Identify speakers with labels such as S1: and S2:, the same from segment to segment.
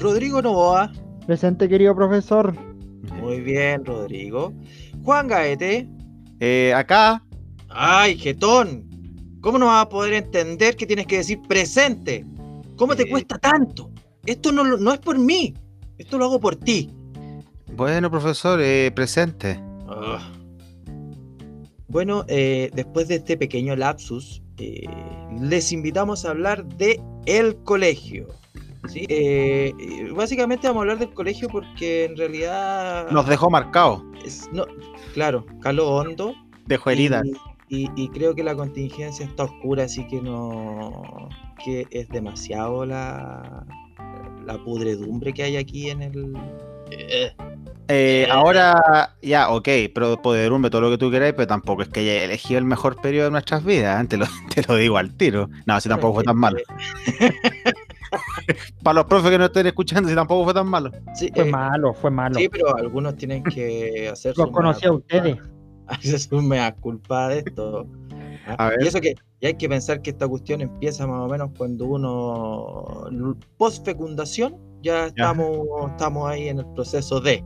S1: Rodrigo Novoa.
S2: Presente, querido profesor.
S1: Muy bien, Rodrigo. Juan Gaete.
S3: Eh, acá,
S1: Ay, jetón. ¿Cómo no vas a poder entender que tienes que decir presente? ¿Cómo te
S3: Eh.
S1: cuesta tanto? Esto no, lo- no es por mí. Esto lo hago por ti.
S3: bueno, profesor, eh, presente.
S1: Ah. Bueno, eh, después de este pequeño lapsus, eh, les invitamos a hablar de el colegio. ¿sí? Eh, y básicamente vamos a hablar del colegio porque en realidad...
S3: Nos dejó marcado,
S1: es- no- claro, caló hondo.
S3: dejó heridas.
S1: Y, y- y creo que la contingencia está oscura, así que no. que es demasiado la. la pudredumbre que hay aquí en el. Eh,
S3: Eh, ahora, ya, ok, pero poderumbe todo lo que tú queráis, pero tampoco es que haya elegido el mejor periodo de nuestras vidas, ¿eh? te, lo, te lo digo al tiro. No, si tampoco fue tan malo. Para los profes que no estén escuchando, si tampoco fue tan malo.
S1: Sí,
S2: Fue
S1: eh,
S2: malo, fue malo.
S1: sí, pero algunos tienen que hacer
S2: Los conocí a ustedes.
S1: Hacer su mea culpa de esto. ¿ah?
S3: A ver.
S1: Y eso que y hay que pensar que esta cuestión empieza más o menos cuando uno. post fecundación, ya estamos, estamos ahí en el proceso de.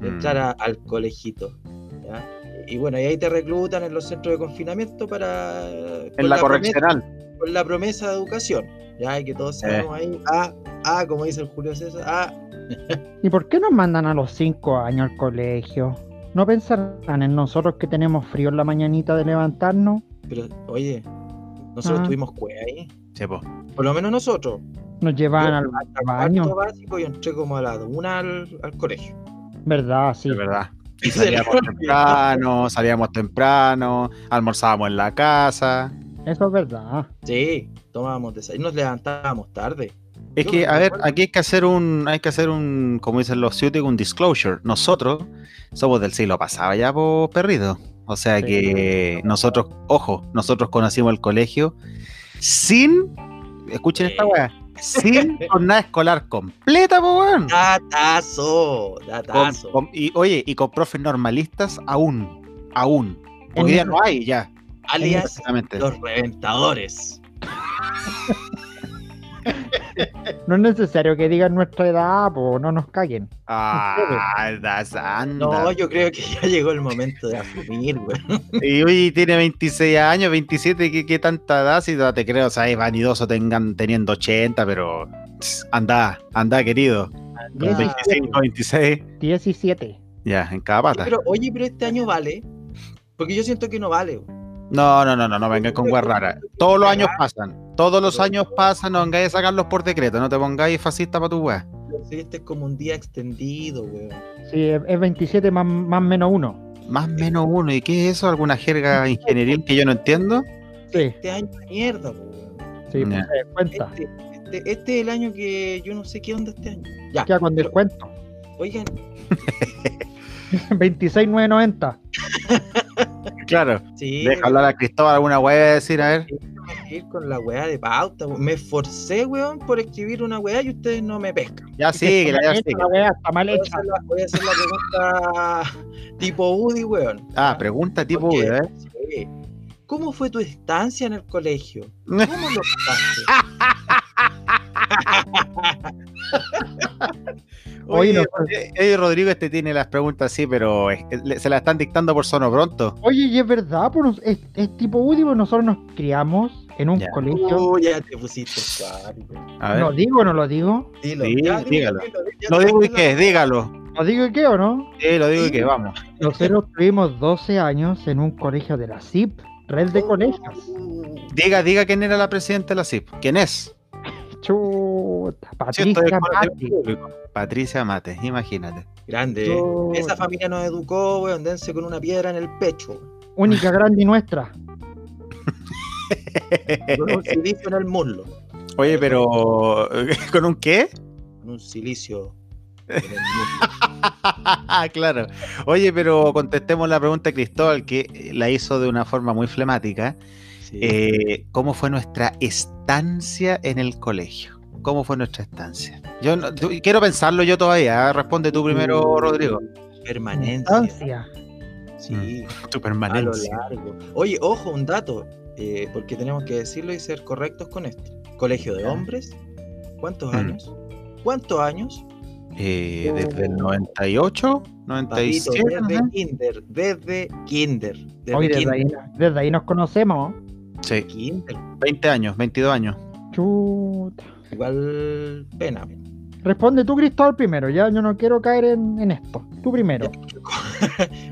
S1: de
S3: Mm.
S1: entrar a- al colegito. ¿ya? Y bueno, y ahí te reclutan en los centros de confinamiento para.
S3: en
S1: con
S3: la
S1: promesa,
S3: correccional. Eh.
S1: con la promesa de educación. Ya y que todos sabemos ahí. Ah, ah, como dice el Julio César, ah,
S2: ¿Y por qué nos mandan a los cinco años al colegio? ¿No pensarán en nosotros que tenemos frío en la mañanita de levantarnos?
S1: pero oye, nosotros
S2: Ah.
S1: tuvimos cueva ahí.
S3: Sí, po.
S1: Por lo menos nosotros.
S2: Nos llevan
S1: Yo-
S2: al
S1: Hasta
S2: baño.
S1: cuarto básico yo entré como a la una al, al colegio.
S2: ¿Verdad? Sí.
S3: es verdad. Y
S1: Se le
S3: salíamos
S1: olvidó.
S3: temprano, salíamos temprano, almorzábamos en la casa.
S2: Eso es verdad.
S1: Sí, tomábamos desayuno, nos levantábamos tarde.
S3: Es
S1: Yo
S3: que,
S1: me
S3: a ver,
S1: acuerdo.
S3: aquí hay que hacer un, hay que hacer un, como dicen los ciúticos, un disclosure. Nosotros somos del siglo pasado ya, por perrido. O sea
S2: Sí.
S3: que nosotros, ojo, nosotros conocimos el colegio sin, escuchen esta
S1: Sí.
S3: weá, sin jornada escolar completa, po, weón.
S1: Datazo,
S3: Con-
S1: datazo.
S3: con- y oye, y con profes normalistas aún, aún. Porque ya no hay, ya,
S1: Alias,
S3: exactamente.
S1: los reventadores.
S2: No es necesario que digan nuestra edad, po, no nos caguen.
S3: Ah, das, anda.
S1: No, yo creo que ya llegó el momento de asumir, güey.
S3: Y hoy tiene 26 años, 27, ¿qué, qué tanta edad? Si no te creo, o sea, es vanidoso tengan teniendo 80, pero tss, anda, anda, querido. Con
S1: Ya.
S3: 25, 26,
S2: 17.
S3: ya, en cada pata.
S1: Pero, oye, pero este año vale. Porque yo siento que no vale. güey.
S3: No, no, no, no, no vengáis con weas raras. Todos los años pasan, todos los años pasan, no vengáis a sacarlos por decreto, no te pongáis fascista para tu wea.
S1: Sí, Este es como un día extendido, güey.
S2: Sí, es es 27 más, más menos uno.
S3: Más menos uno, ¿y qué es eso? ¿Alguna jerga ingenieril que yo no entiendo?
S2: Sí,
S1: Este año es mierda, güey.
S2: sí,
S3: Ya.
S2: pues, eh, cuenta.
S1: Este, este- este es el año que yo no sé qué onda este año. Ya,
S2: Ya con descuento.
S1: oigan,
S2: 26,990.
S3: Claro,
S1: sí,
S3: deja hablar a Cristóbal alguna wea y va a decir, a ver.
S1: voy a ir con la weá de pauta. güey. Me esforcé, weón, por escribir una weá y ustedes no me pescan.
S3: Ya sigue,
S2: Está
S3: ya
S2: mal hecha
S3: sigue.
S2: La weá está mal
S1: Voy a
S2: hecha.
S1: hacer la, voy a hacer la pregunta tipo Woody, weón.
S3: Ah, pregunta tipo,
S1: Porque,
S3: wea, ¿eh?
S1: sí. ¿Cómo fue tu estancia en el colegio? ¿Cómo lo pasaste?
S3: Oye,
S2: Oye, no-
S3: Rodri- oye, Rodrigo, este tiene las preguntas sí, pero es que le- se las están dictando por sono pronto.
S2: Oye, y es verdad, pues, nos- es, es tipo Woody, pues nosotros nos criamos en un
S3: Ya.
S2: colegio.
S1: Uy, ya te pusiste suave.
S3: A ver.
S2: ¿Lo
S3: No,
S2: digo o no lo digo?
S1: Dilo,
S3: Sí,
S1: ya,
S3: dígalo.
S1: dilo, dilo, ya te
S3: digo y
S1: pusiste
S3: qué, dígalo.
S2: ¿Lo digo y qué o no?
S3: Sí, lo digo y qué, vamos.
S2: Nosotros tuvimos 12 años en un colegio de la CIP, red de
S1: la-
S2: colegios.
S1: Uh,
S3: Diga, diga quién era la presidenta de la CIP. ¿Quién es?
S2: Chuta,
S3: Sí, estoy de
S2: Patricia
S3: acuerdo
S2: Mati.
S3: con el público. Patricia Mate, imagínate.
S1: Grande.
S2: Chuta,
S1: Esa familia nos educó, weón, dense con una piedra en el pecho.
S2: Única grande y nuestra.
S1: Con un silicio en el muslo.
S3: Oye, pero ¿con un qué?
S1: Con un silicio en el muslo.
S3: claro. Oye, pero contestemos la pregunta de Cristóbal, que la hizo de una forma muy flemática.
S1: Sí.
S3: Eh, ¿Cómo fue nuestra estancia en el colegio? ¿Cómo fue nuestra estancia? Yo no- tú- quiero pensarlo yo todavía. ¿eh? Responde tú primero, Rodrigo.
S1: Permanencia.
S2: Ansia.
S1: Sí,
S3: Tu
S1: a lo largo. Oye, ojo, un dato, eh, porque tenemos que decirlo y ser correctos con esto. Colegio de hombres, ¿cuántos
S3: Mm.
S1: años? ¿Cuántos años?
S3: Eh, desde el 98,
S1: Papito,
S3: 97.
S1: desde
S3: ajá.
S1: Kinder, desde Kinder. Desde
S2: Hoy desde
S1: Kinder.
S2: ahí, desde ahí nos conocemos.
S3: Sí,
S1: Kinder.
S3: 20 años, 22 años.
S2: Chuta.
S1: Igual pena.
S2: Responde tú, Cristóbal, primero. Ya yo no quiero caer en, en esto. Tú primero.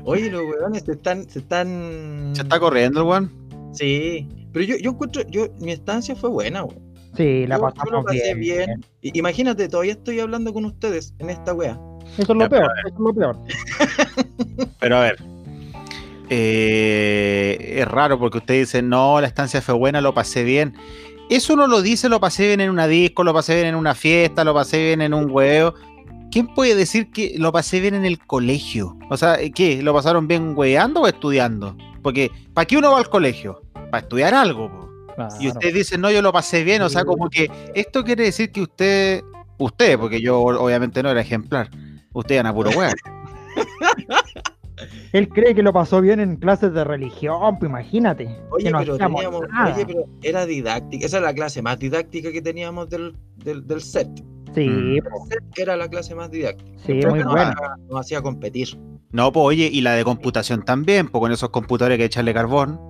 S1: Oye, los weones se están, se están.
S3: Se está corriendo el weón.
S1: Sí. Pero yo, yo encuentro, yo, mi estancia fue buena, weón.
S2: Sí, la
S1: Yo- yo lo
S2: pasamos
S1: pasé
S2: bien.
S1: bien. I- Imagínate, todavía estoy hablando con ustedes en esta wea.
S2: Eso es
S3: Ya,
S2: lo peor. Eso es lo peor.
S3: Pero a ver. eh, es raro porque usted dice, no, la estancia fue buena, lo pasé bien. Eso no lo dice, lo pasé bien en una disco, lo pasé bien en una fiesta, lo pasé bien en un huevo. ¿Quién puede decir que lo pasé bien en el colegio? O sea, eh, ¿qué? ¿Lo pasaron bien hueando o estudiando? Porque, ¿para qué uno va al colegio? Para estudiar algo. po. Y
S2: Claro.
S3: usted dice, no, yo lo pasé bien, o sea, como que esto quiere decir que usted, usted, porque yo obviamente no era ejemplar, usted era puro hueá.
S2: Él cree que lo pasó bien en clases de religión, pues imagínate.
S1: Oye,
S2: que no
S1: pero
S2: hacíamos
S1: teníamos,
S2: nada.
S1: oye, pero era didáctica. Esa era la clase más didáctica que teníamos del, del, del set.
S2: Sí,
S3: Mm.
S2: po,
S1: El set era la clase más didáctica.
S2: sí,
S1: Creo
S2: muy
S1: que nos
S2: bueno.
S1: hacía- Nos hacía competir.
S3: No, pues oye, y la de computación también, pues con esos computadores que echarle carbón,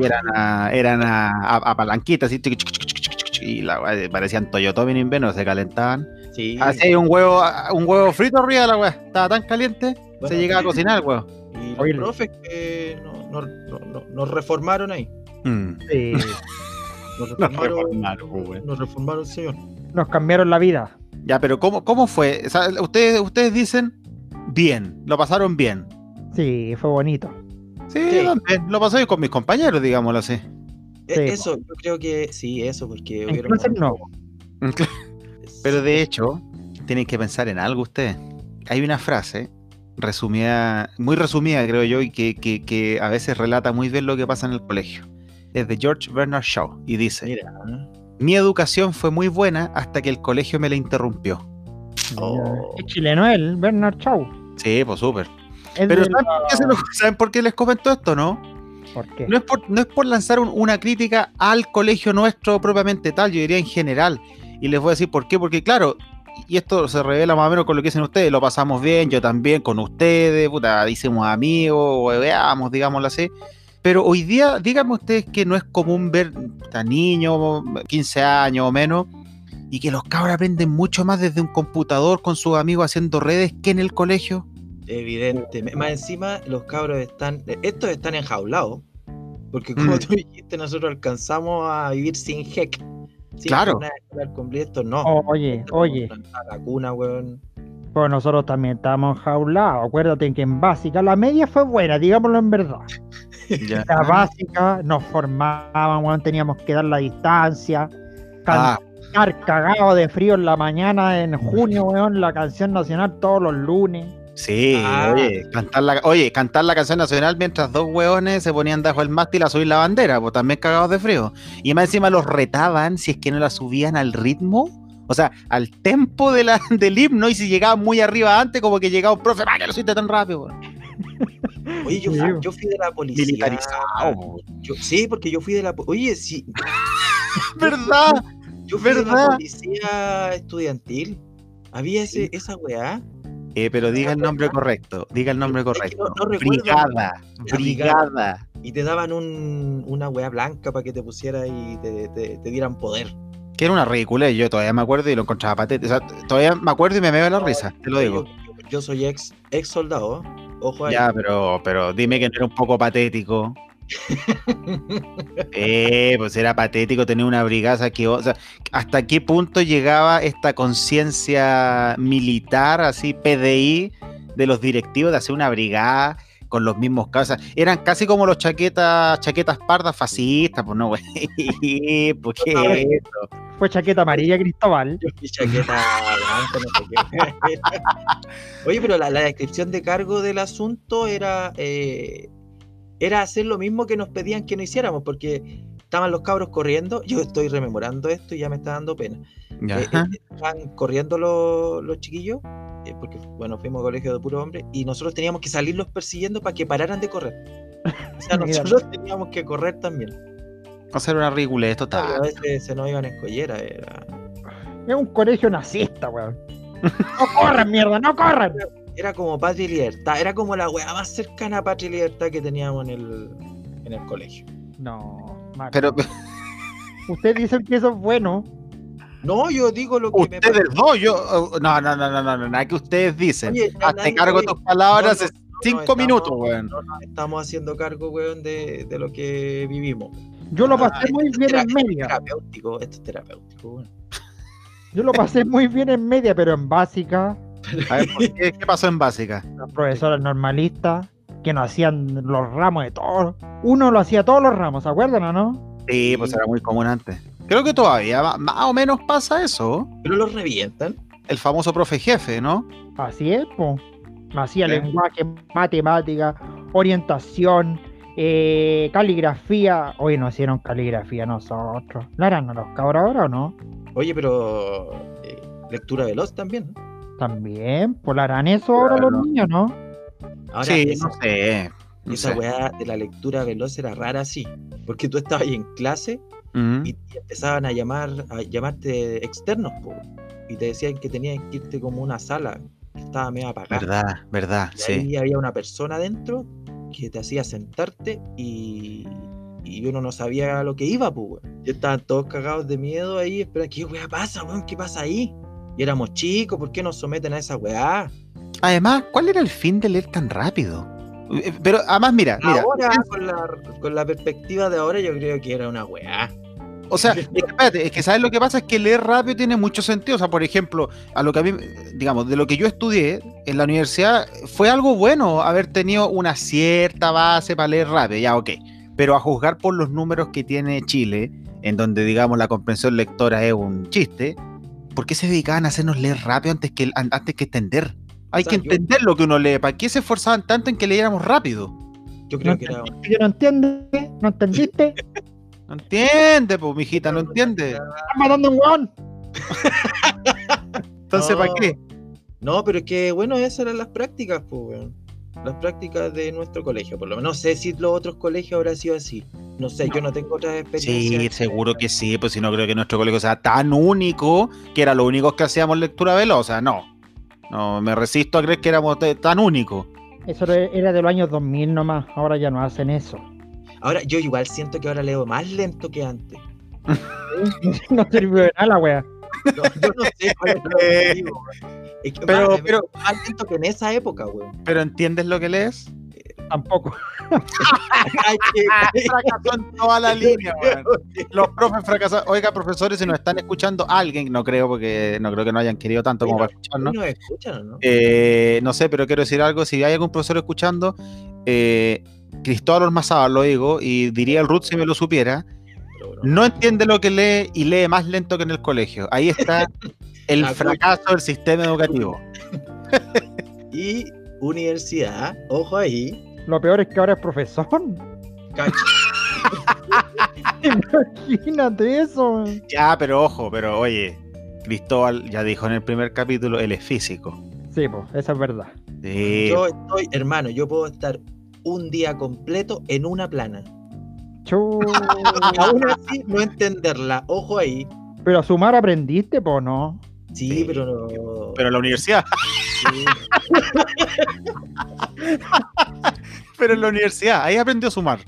S3: y eran a, eran a, a- a palanquitas, así, tuc, tuc, tuc, tuc, tuc, tuc, y la weá, eh, parecían Toyotomi Inveno, se calentaban.
S1: Sí.
S2: Ah,
S3: Así hay un huevo, ah, un huevo frito arriba de la weá, estaba tan caliente, se
S1: Bueno,
S3: llegaba a cocinar, el huevo.
S1: Y los
S2: Oye,
S1: profes que no- no- no- no- nos reformaron ahí.
S3: Mm.
S1: Nos
S2: Sí,
S3: Nos
S1: reformaron,
S3: reformaron, pues, güey.
S1: nos reformaron, señor.
S2: nos cambiaron la vida.
S3: Ya, pero ¿cómo, cómo fue? O sea, ustedes, ustedes dicen bien, lo pasaron bien.
S2: Sí, fue bonito.
S3: Sí,
S1: Sí.
S3: también, lo pasé con mis compañeros, digámoslo así.
S1: E-
S2: Sí, po.
S1: eso, yo creo que sí, eso, porque
S2: En
S1: hubieron
S2: clases
S1: momentos-
S2: pues. no.
S3: Pero de hecho, tienen que pensar en algo ustedes. Hay una frase resumida, muy resumida creo yo, y que, que- que a veces relata muy bien lo que pasa en el colegio. Es de George Bernard Shaw y dice,
S1: Mira,
S3: mi educación fue muy buena hasta que el colegio me la interrumpió.
S1: Oh.
S2: Es chileno él, Bernard Chau.
S3: Sí, pues súper.
S2: Es
S3: Pero
S2: de
S3: ¿saben por, qué se lo- ¿saben por qué les comento esto, no?
S2: la- ¿Por qué?
S3: No es por, no es por lanzar un- una crítica al colegio nuestro propiamente tal, yo diría en general. Y les voy a decir por qué, porque claro, y esto se revela más o menos con lo que dicen ustedes, lo pasamos bien, yo también con ustedes, puta, hicimos amigos, veamos, digámoslo así. Pero hoy día, díganme ustedes que no es común ver a niños, 15 años o menos, y que los cabros aprenden mucho más desde un computador con sus amigos haciendo redes que en el colegio.
S1: evidente. Más encima, los cabros están. eh, Estos están enjaulados. Porque como
S3: Mm.
S1: tú dijiste, nosotros alcanzamos a vivir sin heck. Sin
S3: Claro.
S1: cuna escolar completa, estos no.
S2: Oh, oye,
S1: Estos
S2: oye,
S1: A la cuna, weón.
S2: pues nosotros también estábamos jaulados. Acuérdate que en básica la media fue buena, digámoslo en verdad. La
S1: Ah.
S2: básica nos formaban, weón, teníamos que dar la distancia.
S3: Ah,
S2: Cantar cagado de frío en la mañana, en junio, weón, la canción nacional todos los lunes.
S3: Sí,
S1: Ah.
S3: oye, cantar la, oye, cantar la canción nacional mientras dos hueones se ponían bajo el mástil a subir la bandera, pues también cagados de frío. Y más encima los retaban si es que no la subían al ritmo, o sea, al tempo de la, del himno, y si llegaban muy arriba antes, como que llegaba un profe, ¡ah, que lo subiste tan rápido! weón".
S1: Oye, yo
S2: Sí.
S1: fui, yo fui de la policía.
S3: Militarizado. weón.
S1: Yo- sí, porque yo fui de la. po- Oye, sí.
S3: ¿Verdad?
S1: Yo fui de la
S3: ¿Verdad?
S1: policía estudiantil. Había ese, esa weá.
S3: Eh, pero diga el nombre correcto, diga el nombre
S1: Es que no-
S3: correcto.
S1: no recuerdo.
S3: brigada,
S1: Ya,
S3: brigada.
S1: Y te daban un, una weá blanca para que te pusiera y te, te- te dieran poder.
S3: Que era una ridícula, yo todavía me acuerdo y lo encontraba patético. O sea, todavía me acuerdo y me meo la risa, te lo digo.
S1: Yo, yo- yo soy ex, ex soldado. Ojo ahí.
S3: Ya, pero, pero dime que no era un poco patético. Eh, pues era patético tener una brigada que, o sea, ¿hasta qué punto llegaba esta conciencia militar, así, PDI, de los directivos de hacer una brigada con los mismos casos? Eran casi como los chaquetas, chaquetas pardas fascistas, pues no, güey. ¿Por qué
S1: Eh,
S3: eso?
S2: Fue chaqueta amarilla, Cristóbal.
S1: Yo fui chaqueta blanca, no sé qué. Oye, pero la, la descripción de cargo del asunto era, eh, era hacer lo mismo que nos pedían que no hiciéramos, porque estaban los cabros corriendo. Yo estoy rememorando esto y ya me está dando pena.
S3: Ya.
S1: Eh, eh, estaban corriendo los, los chiquillos, eh, porque bueno, fuimos a colegio de puro hombre, y nosotros teníamos que salirlos persiguiendo para que pararan de correr. O sea,
S2: Mira.
S1: nosotros teníamos que correr también.
S3: O sea, era una ridícula, esto
S1: Y A
S3: está.
S1: veces se nos iban en collera, era,
S2: Es un colegio nazista, weón. No corran, mierda, no corran.
S1: Era como patria y libertad, era como la weá más cercana a patria y libertad que teníamos en el, en el colegio.
S2: No, Mario.
S3: Pero
S2: Ustedes dicen que eso es bueno.
S1: No, yo digo lo que me
S3: ustedes dos, yo. uh, No, no, no, no, no, no, nada que ustedes dicen.
S1: Oye, ya
S3: Hazte
S1: nadie-
S3: cargo de tus palabras
S1: No, no,
S3: es cinco
S1: estamos-
S3: minutos, weón.
S1: no nos estamos haciendo cargo, weón, de, de lo que vivimos.
S2: Yo lo
S1: Ah,
S2: pasé muy bien
S1: Era-
S2: en media.
S1: terapéutico, esto es terapéutico, weón.
S2: Yo lo pasé muy bien en media, pero en básica,
S3: A ver, ¿por qué, ¿qué pasó en básica?
S2: los profesores normalistas, que nos hacían los ramos de todos. Uno lo hacía todos los ramos, ¿se acuerdan o no?
S3: Sí, pues era muy común antes. Creo que todavía ma- más o menos pasa eso.
S1: Pero los revientan.
S3: El famoso profe jefe, ¿no?
S2: Así es, po. Nos hacía
S3: Sí.
S2: lenguaje, matemática, orientación, eh, caligrafía. Oye, nos hicieron caligrafía nosotros. ¿La harán a los cabros ahora o no?
S1: Oye, pero eh, lectura veloz también. ¿no?
S2: También, pues la harán eso ahora
S3: Claro.
S2: los niños, ¿no?
S1: Ahora,
S3: sí,
S1: esa,
S3: no sé. No
S1: esa
S3: sé.
S1: weá de la lectura veloz era rara, sí. Porque tú estabas ahí en clase
S3: Ujú.
S1: y, y empezaban a llamar a llamarte externos, po, y te decían que tenías que irte como una sala que estaba medio apagada.
S3: Verdad, verdad,
S1: Y
S3: sí.
S1: ahí había una persona dentro que te hacía sentarte y, y uno no sabía a lo que iba, pues, weón. Y estaban todos cagados de miedo ahí, espera, ¿qué weá pasa, weón? ¿Qué pasa ahí? Y éramos chicos, ¿por qué nos someten a esa weá?
S3: Además, ¿cuál era el fin de leer tan rápido? Eh, Pero además, mira, mira.
S1: ahora, con la, con la perspectiva de ahora, yo creo que era una weá.
S3: O sea, es que, espérate, es que sabes lo que pasa es que leer rápido tiene mucho sentido. O sea, por ejemplo, a lo que a mí, digamos, de lo que yo estudié en la universidad, fue algo bueno haber tenido una cierta base para leer rápido, ya, ok. Pero a juzgar por los números que tiene Chile, en donde, digamos, la comprensión lectora es un chiste, ¿por qué se dedicaban a hacernos leer rápido antes que, an- antes que entender? Hay
S1: O sea,
S3: que
S1: yo-
S3: entender lo que uno lee. ¿Para qué se esforzaban tanto en que leyéramos rápido?
S1: Yo creo
S2: No
S1: que era
S2: entendiste, ¿No entiendes? ¿No entendiste?
S3: No entiende, pues, mijita, no entiende.
S2: ¡Están matando un hueón!
S3: Entonces, ¿para
S1: No.
S3: qué?
S1: No, pero es que, bueno, esas eran las prácticas, pues, weón. Las prácticas de nuestro colegio, por lo menos. No sé si los otros colegios habrá sido así. No sé, yo no tengo otras
S3: Sí,
S1: experiencias.
S3: seguro que sí, pues si no creo que nuestro colegio sea tan único que era lo único que hacíamos lectura veloz, o sea, no. No, me resisto a creer que éramos te- tan únicos.
S2: Eso era- era de los años 2000 nomás, ahora ya no hacen eso.
S1: Ahora, yo igual siento que ahora leo más lento que antes.
S2: no sirvió de nada la wea.
S1: No, yo no sé cuál es el objetivo, weón. Es que
S3: Eh, Pero-
S1: más,
S3: pero-
S1: más lento que en esa época, weón.
S3: ¿Pero entiendes lo que lees?
S2: Tampoco.
S1: Hay que-
S3: Fracasó en toda la línea, weón. Los profes fracasaron. Oiga, profesores, si nos están escuchando alguien, no creo, porque no creo que no hayan querido tanto como
S1: Mira,
S3: para escucharnos.
S1: ¿No escuchan o no?
S3: Eh, no sé, pero quiero decir algo. Si hay algún profesor escuchando, eh, Cristóbal Ormazábal lo digo, y diría el Ruth si me lo supiera.
S1: Pero, bueno.
S3: no entiende lo que lee y lee más lento que en el colegio. Ahí está el
S1: La
S3: fracaso del sistema educativo.
S1: Y universidad, ojo ahí.
S2: Lo peor es que ahora es profesor.
S1: Cacha.
S2: Imagínate eso. weón.
S3: Ya, pero ojo, pero oye, Cristóbal ya dijo en el primer capítulo, él es físico.
S2: Sí, pues, esa es verdad.
S3: Sí,
S1: Yo estoy, hermano, yo puedo estar un día completo en una plana.
S2: Chu.
S1: Y aún así no entenderla. Ojo ahí.
S2: Pero a sumar aprendiste, po, ¿no?
S1: Sí,
S3: Sí,
S1: pero no.
S3: pero la universidad,
S1: sí.
S3: pero en la universidad, ahí aprendió a sumar.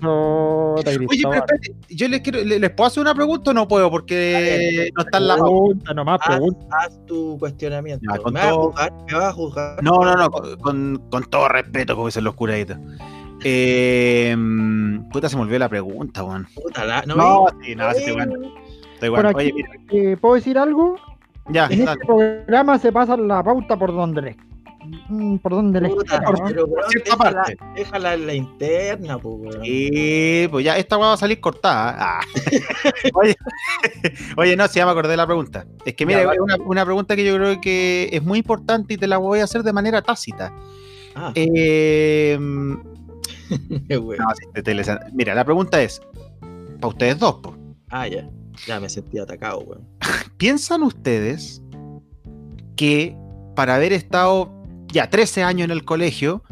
S2: No, te
S3: Oye, pero espérate, yo les quiero, le- les puedo hacer una pregunta o no puedo porque no está en la pauta?
S2: pregunta, nomás
S1: Ah,
S2: pregunta.
S1: Haz tu cuestionamiento.
S3: Ya, con
S1: ¿Me, vas a
S3: todo-
S1: juzgar? ¿Me vas a juzgar?
S3: No, no, no, con- con, con todo respeto, como dicen los curaditos. Eh, puta, se me olvidó la pregunta, weón.
S1: Puta la- No,
S3: No,
S1: me-
S3: sí, no, sí, estoy bueno, estoy
S2: Por
S3: bueno.
S2: aquí,
S3: Oye, mira,
S2: eh, ¿Puedo decir algo?
S3: ya,
S2: En
S3: Ah, dale.
S2: este programa se pasa la pauta por donde les. mm, Por donde les.
S1: Puta,
S2: quiera, ¿no?
S1: pero, weón,
S3: cierta
S1: déjala,
S3: parte.
S1: déjala en la interna, pues, weón.
S3: Y pues ya, esta weá va a salir cortada. Ah. oye, oye, no, si ya me acordé de la pregunta. Es que mira,
S1: Ya,
S3: es una, una pregunta que yo creo que es muy importante y te la voy a hacer de manera tácita.
S1: Ah,
S3: Eh, no,
S1: weón.
S3: sí, te- te- te- mira, la pregunta es, para ustedes dos, po,
S1: Ah, ya. Ya me sentí atacado, weón.
S3: ¿piensan ustedes que para haber estado ya 13 años en el colegio,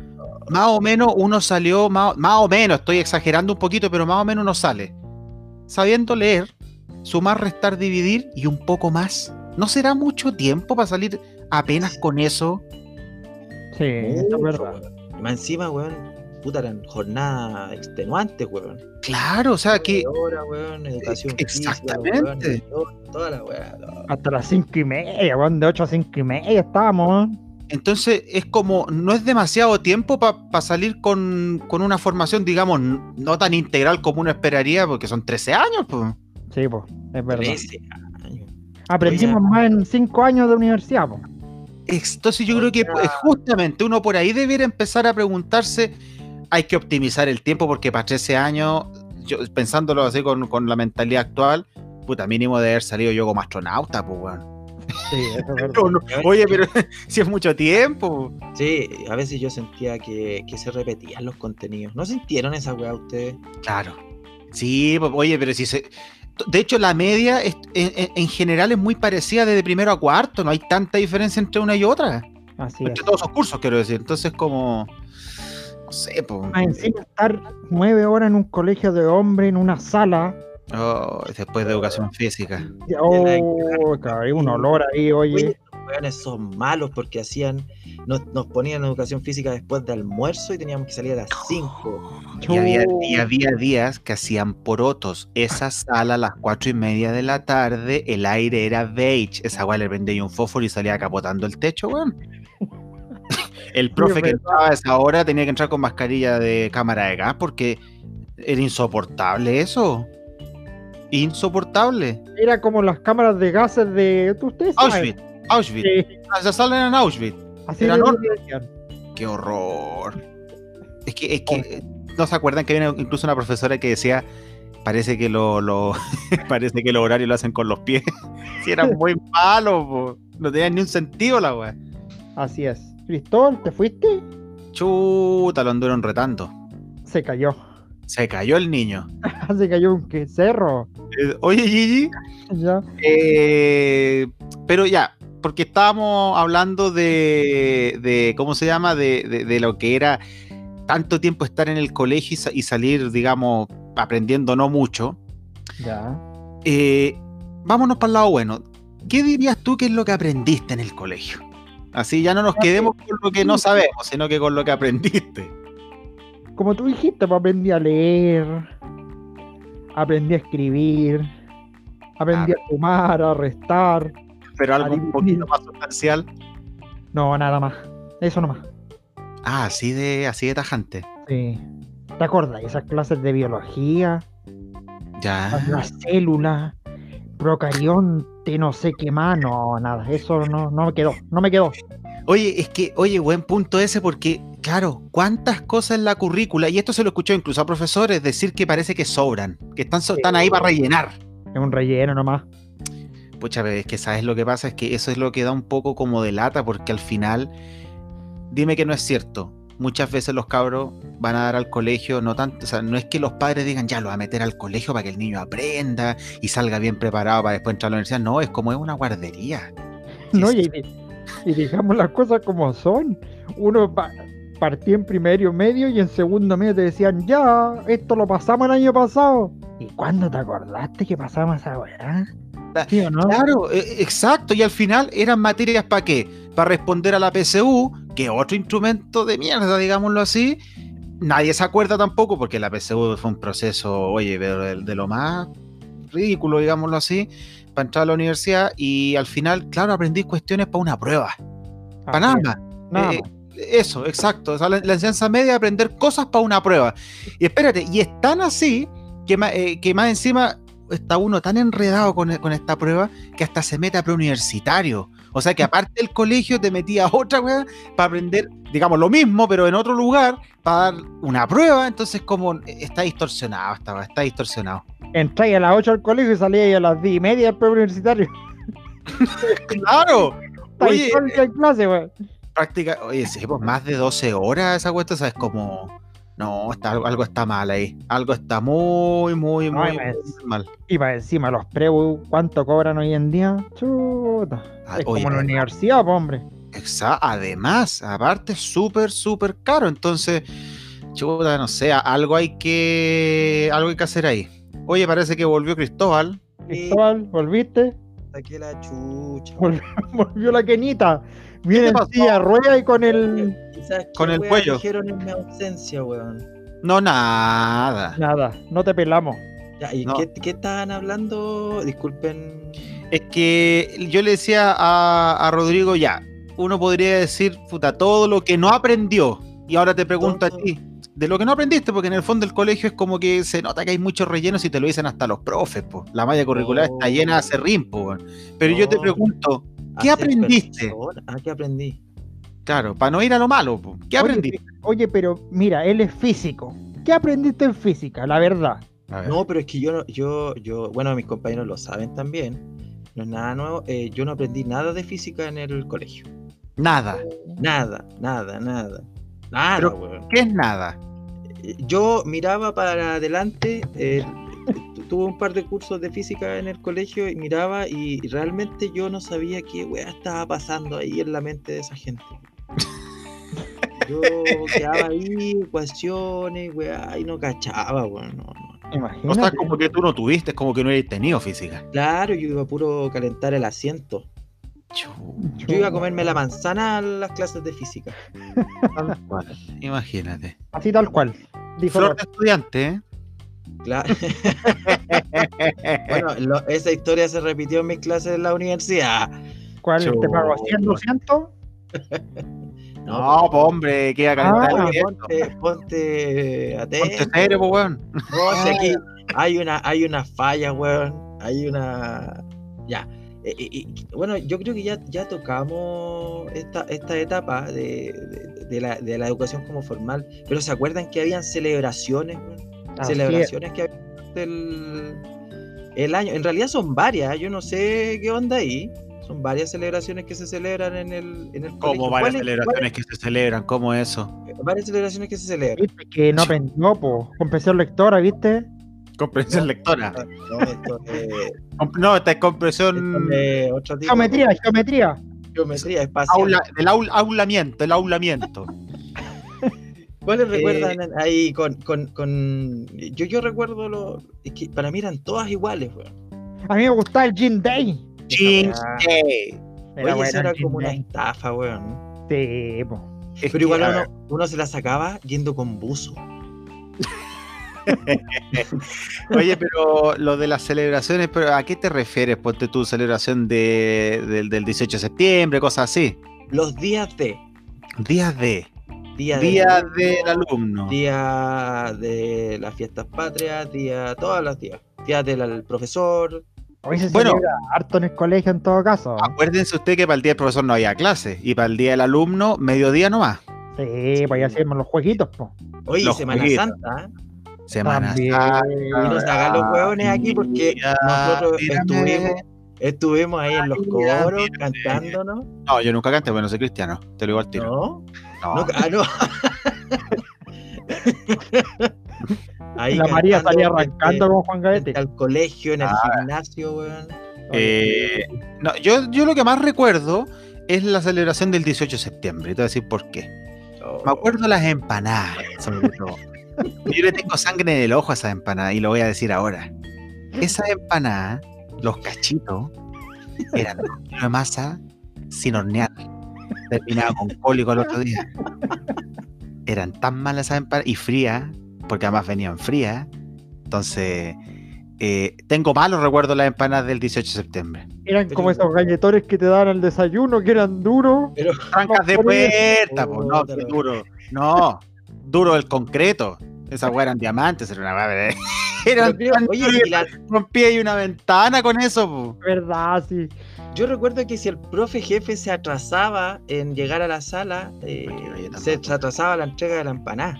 S3: más o menos uno salió, más, más o menos, estoy exagerando un poquito, pero más o menos uno sale sabiendo leer, sumar, restar, dividir y un poco más. ¿No será mucho tiempo para salir apenas con eso?
S2: Sí, esto es verdad.
S1: weón. Y más encima, weón, puta, eran jornadas extenuantes, weón.
S3: Claro, o sea que.
S1: Ahora, weón, educación. física,
S3: Exactamente.
S1: weón, y todo- toda la weá. no.
S2: Hasta las cinco y media, weón, de 8 a cinco y media estábamos. weón.
S3: Entonces es como, no es demasiado tiempo para salir con, con una formación, digamos, n- no tan integral como uno esperaría, porque son 13 años. po.
S2: Sí, pues, es verdad.
S1: 13 años.
S2: Aprendimos
S1: Oye.
S2: más en cinco años de universidad, po.
S3: Ex- Entonces yo creo que pues, justamente uno por ahí debiera empezar a preguntarse, hay que optimizar el tiempo porque para 13 años, yo, pensándolo así con, con la mentalidad actual, puta, mínimo de haber salido yo como astronauta, pues, weón.
S2: Sí, eso es verdad.
S3: No, no, Oye, pero si es mucho tiempo.
S1: Sí, a veces yo sentía que, que se repetían los contenidos. ¿No sintieron esa weá ustedes?
S3: Claro. Sí, po- oye, pero si se. t- De hecho, la media es- en, en- en general es muy parecida desde primero a cuarto, no hay tanta diferencia entre una y otra.
S2: Así es.
S3: Entre todos esos cursos, quiero decir. Entonces, como. No sé, pues. po.
S2: Más encima estar nueve horas en un colegio de hombres, en una sala.
S3: Oh, después de educación física.
S2: y- Oh, cabrón, hay un olor ahí,
S1: Oye,
S2: oye.
S1: estos weones son malos porque hacían, nos, nos ponían educación física después de almuerzo y teníamos que salir a las 5.
S3: Y había, y había días que hacían porotos. Esa sala a las cuatro y media de la tarde, el aire era beige. Esa guay le vendía un fósforo y salía capotando el techo, weón. El profe que
S2: verdad.
S3: entraba a esa hora tenía que entrar con mascarilla de cámara de gas porque era insoportable eso. Insoportable.
S2: Era como las cámaras de gases de. ¿Tú ustedes saben?
S3: Auschwitz, Auschwitz.
S2: Sí,
S3: Esa sala era en Auschwitz.
S2: así
S3: Era
S2: le
S3: enorme.
S2: decían.
S3: ¡Qué horror! Es que, es que eh, no se acuerdan que había incluso una profesora que decía, parece que lo, lo- parece que los horarios lo hacen con los pies. si era muy malo, po. no tenía ni un sentido la weá.
S2: Así es. Cristóbal, ¿te fuiste?
S3: Chuta, lo anduvieron retando.
S2: Se cayó.
S3: Se cayó el niño.
S2: Se cayó un que- cerro.
S3: Eh, Oye, Gigi,
S2: Ya.
S3: eh, pero ya, porque estábamos hablando de, de ¿cómo se llama? De, de- de lo que era tanto tiempo estar en el colegio y sa- y salir, digamos, aprendiendo no mucho.
S2: Ya.
S3: Eh, vámonos para el lado bueno. ¿Qué dirías tú que es lo que aprendiste en el colegio? Así ya no
S2: Ah,
S3: nos quedemos con lo que no sabemos, sino que con lo que aprendiste.
S2: Como tú dijiste, pues, aprendí a leer. Aprendí a escribir. Aprendí a sumar, a restar.
S3: Pero algo
S2: Adivina.
S3: un poquito más sustancial.
S2: No, nada más. Eso nomás.
S3: Ah, así de, así de tajante.
S2: Sí. ¿Te acuerdas? Esas clases de biología,
S3: Ya.
S2: las células, procarionte, no sé qué más, no, nada, eso no, no me quedó, no me quedó.
S3: Oye, es que, oye, buen punto ese, porque, claro, cuántas cosas en la currícula, y esto se lo escuchó incluso a profesores, decir que parece que sobran, que están, so- están ahí para rellenar.
S2: Es un relleno nomás.
S3: Pucha, pero es que sabes lo que pasa, es que eso es lo que da un poco como de lata, porque al final, dime que no es cierto. Muchas veces los cabros van a dar al colegio, no tanto, o sea, no es que los padres digan, ya lo va a meter al colegio para que el niño aprenda y salga bien preparado para después entrar a la universidad. No, es como es una guardería.
S2: No,
S3: Sí,
S2: y, y dejamos las cosas como son. Uno pa- partía en primero medio y en segundo medio te decían, ya, esto lo pasamos el año pasado. ¿Y cuándo te acordaste que pasamos esa weá?
S3: Ah,
S2: ¿Sí o no?
S3: Claro, e- exacto. Y al final eran materias para qué? Para responder a la PSU, que otro instrumento de mierda, digámoslo así. Nadie se acuerda tampoco, porque la PSU fue un proceso, oye, pero de, de lo más ridículo, digámoslo así, para entrar a la universidad. Y al final, claro, aprendí cuestiones para una prueba, para nada
S2: Así es,
S3: más.
S2: Ah, nada
S3: Eh,
S2: más.
S3: Eso, exacto. O sea, la, la enseñanza media es aprender cosas para una prueba. Y espérate, y es tan así que, ma- eh, que más encima está uno tan enredado con, e- con esta prueba que hasta se mete a preuniversitario. O sea que aparte del colegio te metía a otra weá para aprender, digamos, lo mismo, pero en otro lugar, para dar una prueba. Entonces, como eh, está distorsionado, esta weá, está distorsionado.
S2: Entráis a las 8 al colegio y salíais a las 10 y media del preuniversitario.
S3: ¡Claro!
S2: Estáis
S3: Oye,
S2: todo el día en clase, weón.
S3: práctica, oye, sí, pues, más de 12 horas esa cuesta, o sea, es como, no, está, algo está mal ahí, algo está muy, muy,
S2: No,
S3: muy,
S2: y
S3: muy
S2: más-
S3: mal.
S2: Y para encima, los prebu, ¿cuánto cobran hoy en día? Chuta.
S3: Ah,
S2: es
S3: oye,
S2: como la
S3: además-
S2: universidad, po, hombre.
S3: Exa- además, aparte, es súper, súper caro, entonces, chuta, no sé, a- algo hay que, algo hay que hacer ahí. Oye, parece que volvió Cristóbal.
S2: Cristóbal, ¿volviste?
S1: hasta que la chucha.
S2: Volvió, volvió la quenita. Viene
S3: pasó?
S2: en silla de rueda y con el.
S1: Quizás qué
S3: Con el
S1: weá
S3: cuello.
S1: dijeron en mi ausencia, weón.
S3: No, nada.
S2: Nada, no te pelamos.
S1: Ya, ¿y
S3: No.
S1: qué, qué estaban hablando? Disculpen.
S3: Es que yo le decía a, a Rodrigo, ya, uno podría decir, puta, todo lo que no aprendió. Y ahora te pregunto a
S1: Todo.
S3: ti, de lo que no aprendiste, porque en el fondo el colegio es como que se nota que hay muchos rellenos y te lo dicen hasta los profes, po. La malla curricular está llena de
S1: Oh.
S3: acerrín, po, weón. Pero yo te
S1: No.
S3: pregunto, ¿Qué
S1: a ser
S3: aprendiste?
S1: persona. Ah, ¿qué aprendí?
S3: claro, para no ir a lo malo, po,
S2: Oye,
S3: ¿qué aprendiste?
S2: Oye, pero mira, él es físico. ¿Qué aprendiste en física? La verdad.
S3: A ver.
S1: No, pero es que yo, no- yo, yo, bueno, mis compañeros lo saben también. No es nada nuevo. eh, yo no aprendí nada de física en el colegio.
S3: Nada.
S1: Nada, nada, nada. Nada,
S3: Pero-
S1: weón.
S3: ¿Qué es nada?
S1: Eh, Yo miraba para adelante, eh, tu- tuve un par de cursos de física en el colegio y miraba y realmente yo no sabía qué weá estaba pasando ahí en la mente de esa gente. Yo quedaba ahí, ecuaciones, weá, y no cachaba, weón. no, no.
S2: Imagínate.
S3: O sea, como que tú no tuviste, es como que no eres tenido física.
S1: Claro, yo iba a puro calentar el asiento.
S3: Chu,
S1: Yo iba a comerme la manzana a las clases de física.
S3: tal cual. Imagínate.
S2: Así tal cual. Dijo
S3: Flor de estudiante, ¿eh?
S1: Claro. bueno, lo- esa historia se repitió en mis clases en la universidad.
S2: ¿Cuál?
S3: Chu-
S2: ¿Te pagó 100, 200?
S1: No,
S3: No, pues hombre, que iba a calentar
S2: Ah,
S3: el viento.
S1: ponte, ponte atento.
S3: Ponte serio, pues, weón.
S1: No, si aquí hay una, hay una falla, weón. Hay una. Ya. Eh, eh, eh, bueno, yo creo que ya, ya tocamos esta, esta etapa de, de- de la, de la educación como formal. Pero ¿se acuerdan que habían celebraciones? weón?
S2: Así es.
S1: celebraciones que había durante el, el año. En realidad son varias, ¿eh? yo no sé qué onda ahí. Son varias celebraciones que se celebran en el, en el
S3: Como
S1: colegio.
S3: varias
S1: ¿Cuáles-
S3: celebraciones que se celebran, como eso.
S1: cuáles- varias celebraciones que se celebran.
S2: ¿Viste? Que no aprendió, po. Comprensión lectora, ¿viste?
S3: Comprensión lectora.
S1: No, esto es,
S3: Com- No, esta es
S1: esto
S3: comprensión
S1: es otro tipo.
S2: Geometría, geometría.
S1: Geometría espacial.
S3: aula, del aul- aulamiento, el aulamiento.
S1: ¿Cuáles recuerdan
S2: Eh,
S1: ahí con, con, con- Yo, yo recuerdo lo. es que para mí eran todas iguales, weón.
S2: A mí me gustaba el Gym Day.
S3: Jeans Day.
S1: Oye,
S2: Era bueno
S1: eso
S2: el
S1: era
S2: Gym
S1: como una
S2: Day.
S1: estafa, weón.
S2: Sí, po.
S3: Es
S1: Pero igual
S3: que, a ver,
S1: uno, uno se la sacaba yendo con buzo.
S3: Oye, pero lo de las celebraciones, pero ¿a qué te refieres? Ponte tu celebración de, del, del 18 de septiembre, cosas así.
S1: Los días de.
S3: Días de.
S1: Día,
S3: Día
S1: del
S3: del
S1: alumno,
S3: alumno.
S1: Día de las fiestas patrias, día. todos los días. Día del al- profesor.
S2: Hoy se
S3: Bueno.
S2: celebra harto en el colegio en todo caso.
S3: Acuérdense usted que para el día del profesor no había clase y para el día del alumno, mediodía nomás.
S2: Sí, pues ya hacemos los jueguitos, po.
S1: Oye,
S3: Los
S1: Semana
S3: juguetes.
S1: Santa. ¿eh?
S3: Semana
S2: También.
S3: Santa.
S1: Y
S2: Ah,
S3: Ah,
S1: nos hagan los huevones aquí porque
S3: Ya,
S1: nosotros
S3: mírame.
S1: estuvimos, estuvimos ahí
S3: Ah,
S1: en los
S3: ya,
S1: coros cantándonos.
S3: No, yo nunca canté, bueno, soy cristiano. Te lo digo al tiro.
S1: ¿No?
S3: No.
S1: No, ah, no. Ahí
S2: la María
S1: cantando
S2: salía arrancando Ah.
S1: frente-
S2: con Juan Gaete.
S1: frente al colegio, en el gimnasio, weón.
S3: Eh, no, yo, yo lo que más recuerdo es la celebración del 18 de septiembre. Y te voy a decir por qué.
S1: Oh,
S3: Me acuerdo las empanadas, sobre todo. Yo le tengo sangre en el ojo a esas empanadas y lo voy a decir ahora. Esas empanadas, los cachitos, eran un kilo de masa sin hornear. Terminaba con cólico el otro día. Eran tan malas esas empanadas y frías, porque además venían frías. Entonces, eh, tengo malos recuerdos de las empanadas del 18 de septiembre.
S2: Eran
S1: Pero-
S2: como esos galletones que te daban al desayuno, que eran duros.
S3: Trancas de puerta, po, no,
S1: Puta
S3: qué
S1: la wea.
S3: duro. No, duro el concreto. Esa weá eran diamantes, era una weá. Era
S1: Yo creo- oye, y la-
S3: rompía y una ventana con eso, po.
S2: ¿Verdad? Sí.
S1: yo recuerdo que si el profe jefe se atrasaba en llegar a la sala, eh,
S3: Porque vaya tan
S1: se
S3: rápido.
S1: atrasaba la entrega de la empanada.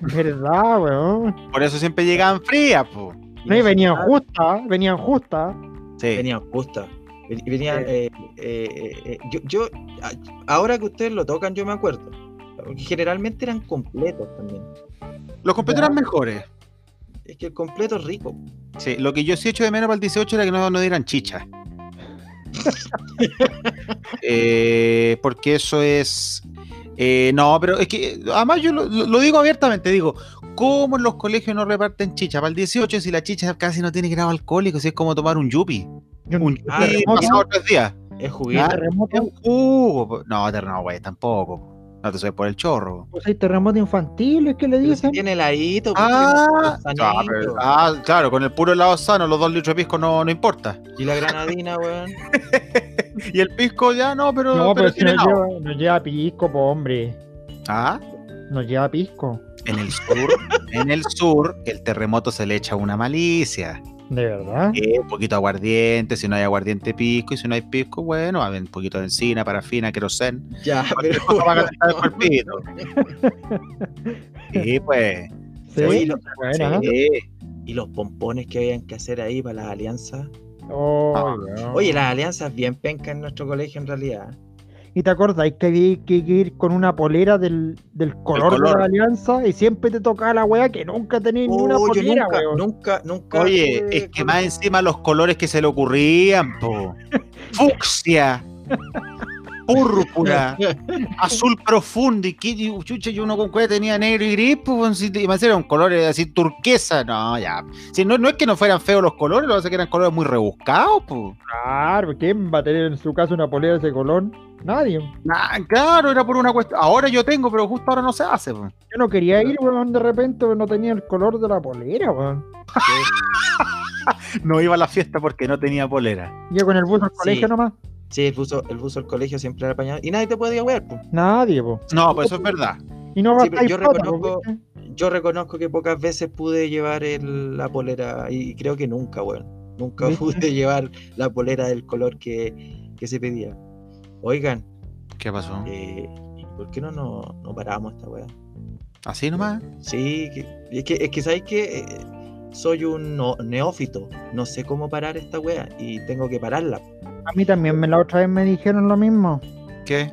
S2: ¿Verdad, weón?
S3: Por eso siempre llegaban frías, po.
S2: No, y
S1: eso
S2: venían
S1: estaba-
S2: justas, venían justas.
S3: Sí.
S1: Venían justas. Ven- Venían, eh, eh, eh, eh, yo, yo- a- ahora que ustedes lo tocan, yo me acuerdo. Porque Generalmente eran completos también.
S3: Los completos eran mejores.
S1: Es que el completo es rico.
S3: Sí, lo que yo sí echo de menos para el 18 era que no, no dieran chicha. Eh, porque eso es. eh, no, pero es que además yo lo, lo- lo digo abiertamente, digo, ¿cómo en los colegios no reparten chicha? Para el 18 si la chicha casi no tiene grado alcohólico, si es como tomar un yuppie.
S2: Yo-
S3: Un
S1: Ah,
S3: y
S2: remoto.
S3: pasado tres días.
S1: Es juguete.
S2: Ah,
S3: Es
S2: terremoto,
S3: un jugo, po. No, ter- no, güey, tampoco. po. No te soy por el chorro. po.
S2: pues hay terremoto infantil, es que le
S1: Pero si
S2: dicen.
S1: tiene heladito. pues,
S3: Ah,
S1: tiene
S3: ah,
S1: gusanito.
S3: pero- ah, claro, con el puro helado sano, los dos litros de pisco no, no importa.
S1: Y la granadina, weón.
S3: Y el pisco ya no, pero,
S2: No, pero,
S3: pero
S2: si
S3: tiene
S2: nos
S3: helado.
S2: lleva, nos lleva pisco, po, hombre.
S3: Ah,
S2: Nos lleva pisco.
S3: en el sur, en el sur, el terremoto se le echa una malicia.
S2: De verdad.
S3: Eh, un poquito de aguardiente, si no hay aguardiente, pisco. Y si no hay pisco, bueno, a ver, un poquito de encina, parafina, querosén.
S1: Ya, pero.
S3: Cosa para calentar el cuerpito. Sí, pues.
S2: Sí,
S1: Oye, lo-
S2: buena.
S1: sí.
S3: sí.
S1: Y los pompones que habían que hacer ahí para las alianzas.
S2: Oh,
S3: Ah.
S2: weón.
S1: Oye, las alianzas bien pencas en nuestro colegio en realidad.
S2: ¿Y te acordáis que había que ir con una polera del, del color, de
S3: color.
S2: la alianza y siempre te tocaba la weá que nunca tenías ni una
S1: Oh, yo
S2: polera,
S1: nunca,
S2: weón?
S1: nunca, nunca.
S3: Oye,
S1: tuve
S3: es que
S1: colo-
S3: más encima los colores que se le ocurrían, po. Fucsia. Púrpura, azul profundo, y qué di- chucha, yo uno con cuál tenía negro y gris, po, weón, si te- me hicieron colores así turquesa, no, ya. Si no, no es que no fueran feos los colores, lo que pasa es que eran colores muy rebuscados, po.
S2: Claro, ¿quién va a tener en su casa una polera de ese color? Nadie.
S3: Nah, Ah, claro, era por una cuestión. Ahora yo tengo, pero justo ahora no se hace, po.
S2: Yo no quería ir, weón, de repente no tenía el color de la polera, weón.
S3: No iba a la fiesta porque no tenía polera.
S2: Yo con el bus al colegio nomás.
S1: Sí, el buzo, el buzo del colegio siempre era apañado. Y nadie te podía wear, pues.
S2: Nadie, po.
S3: No, pues eso es verdad.
S2: Y no
S1: Sí, pero
S2: gastáis
S1: yo
S2: plata, po,
S1: reconozco-
S2: ¿viste?
S1: Yo reconozco que pocas veces pude llevar el- la polera, y creo que nunca, weón. Nunca
S2: ¿Viste?
S1: pude llevar la polera del color que, que se pedía. Oigan,
S3: ¿Qué pasó?
S1: eh, ¿y ¿por qué no, no, no paramos esta weá?
S3: ¿Así nomás?
S1: Sí, que- es que, es que sabéis que soy un no- neófito, no sé cómo parar esta wea y tengo que pararla.
S2: A mí también me la otra vez me dijeron lo mismo.
S3: ¿Qué?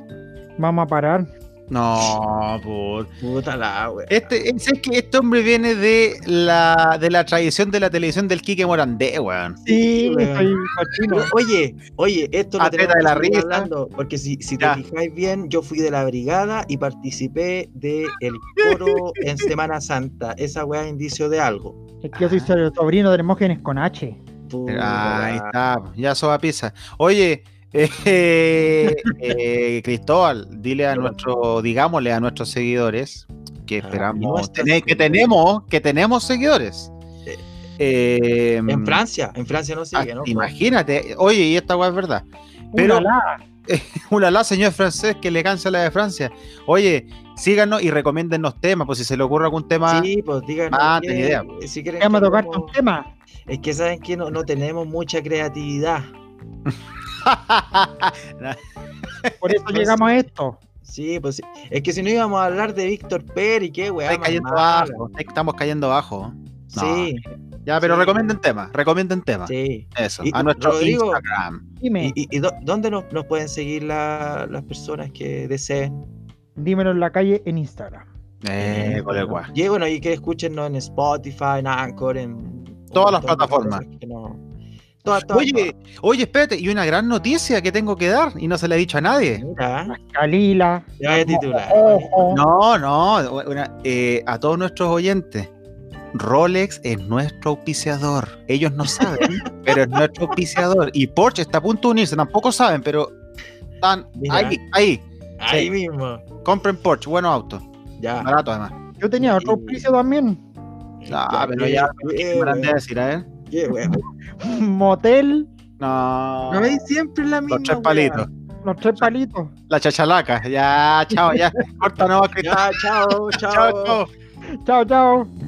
S2: Vamos a parar.
S3: No, por.
S1: Puta la wea.
S3: Este, es es que este hombre viene de la, de la tradición de la televisión del Quique Morandé,
S1: Uh,
S3: weón.
S2: Sí,
S1: weón.
S2: soy cochino.
S1: Oye, oye, esto lo
S3: Atleta
S1: tenemos
S3: de la
S1: que seguir
S3: risa.
S1: hablando, porque si, si te
S3: Ya.
S1: fijáis bien, yo fui de la brigada y participé de el coro en Semana Santa. Esa wea es indicio de algo.
S2: Es que yo soy so- sobrino de Hermógenes con H.
S1: Puta
S3: Ah, ahí
S1: la-
S3: está, ya soba pizza. Oye, eh, eh, Cristóbal, dile a nuestro, digámosle a nuestros seguidores que
S1: Ah, y
S3: esperamos,
S1: nuestros
S3: tener- que
S1: seguidores.
S3: tenemos, que tenemos seguidores. Eh,
S1: En Francia, en Francia no
S3: ah,
S1: sigue, ¿no?
S3: Imagínate, oye, y esta weá es verdad. Pero-
S2: Ulala.
S3: Ulala, señor francés, que elegancia la de Francia. Oye, síganos y recomiéndennos temas, por si se le ocurre algún tema.
S1: Sí, pues díganos.
S3: Ah,
S1: qué-
S3: tenía idea.
S1: Si quieren
S2: vamos a
S1: que
S2: tocar
S1: hablemos-
S2: un tema.
S1: Es que saben que no, no tenemos mucha creatividad.
S2: Por eso llegamos a esto.
S1: Sí, pues sí. es que si no íbamos a hablar de Víctor Pérez, qué weá.
S3: Estáis
S1: más
S3: cayendo
S1: mala.
S3: abajo, estamos cayendo abajo.
S1: Sí,
S3: Ya, pero
S1: Sí.
S3: recomienden temas, recomienden temas.
S1: sí.
S3: Eso,
S1: Y-
S3: a nuestro
S1: Rodrigo,
S3: Instagram.
S2: Dime,
S1: ¿Y, y- y dó- dónde nos, nos pueden seguir la- las personas que deseen?
S2: dímelo en la calle en Instagram.
S3: Eh, cole, guá.
S1: Y bueno, y que escúchenos en Spotify, en Anchor, en. un
S3: Todas las
S1: montón de
S3: plataformas.
S1: cosas que no- Todas, todas,
S3: Oye, oye, espérate, y una gran noticia que tengo que dar y no se la he dicho a nadie.
S1: todas. Mira,
S2: Calila,
S1: te voy a titular.
S3: Oh,
S2: ojo.
S3: No, no, una- eh, a todos nuestros oyentes. Rolex es nuestro auspiciador. Ellos no saben, pero es nuestro auspiciador. Y Porsche está a punto de unirse, tampoco saben, pero están
S1: Mira.
S3: ahí, ahí.
S1: Ahí mismo.
S3: Compren Porsche, buenos autos,
S1: Ya.
S3: barato además.
S2: Yo tenía otro auspicio también.
S3: No,
S1: Ah, Ya,
S3: pero
S1: qué-
S3: ya,
S1: qué
S3: ¿qué me
S1: weá,
S3: van a decir, ¿eh? a ver?
S1: qué weá.
S2: Motel,
S3: No.
S1: No veis siempre la misma.
S3: Los tres
S1: weá.
S3: palitos.
S2: los tres palitos.
S3: La chachalaca. Ya, chao, ya. Corta no, Cristal.
S1: Ya, chao, chao.
S3: Chao, chao.
S2: Chao, chao.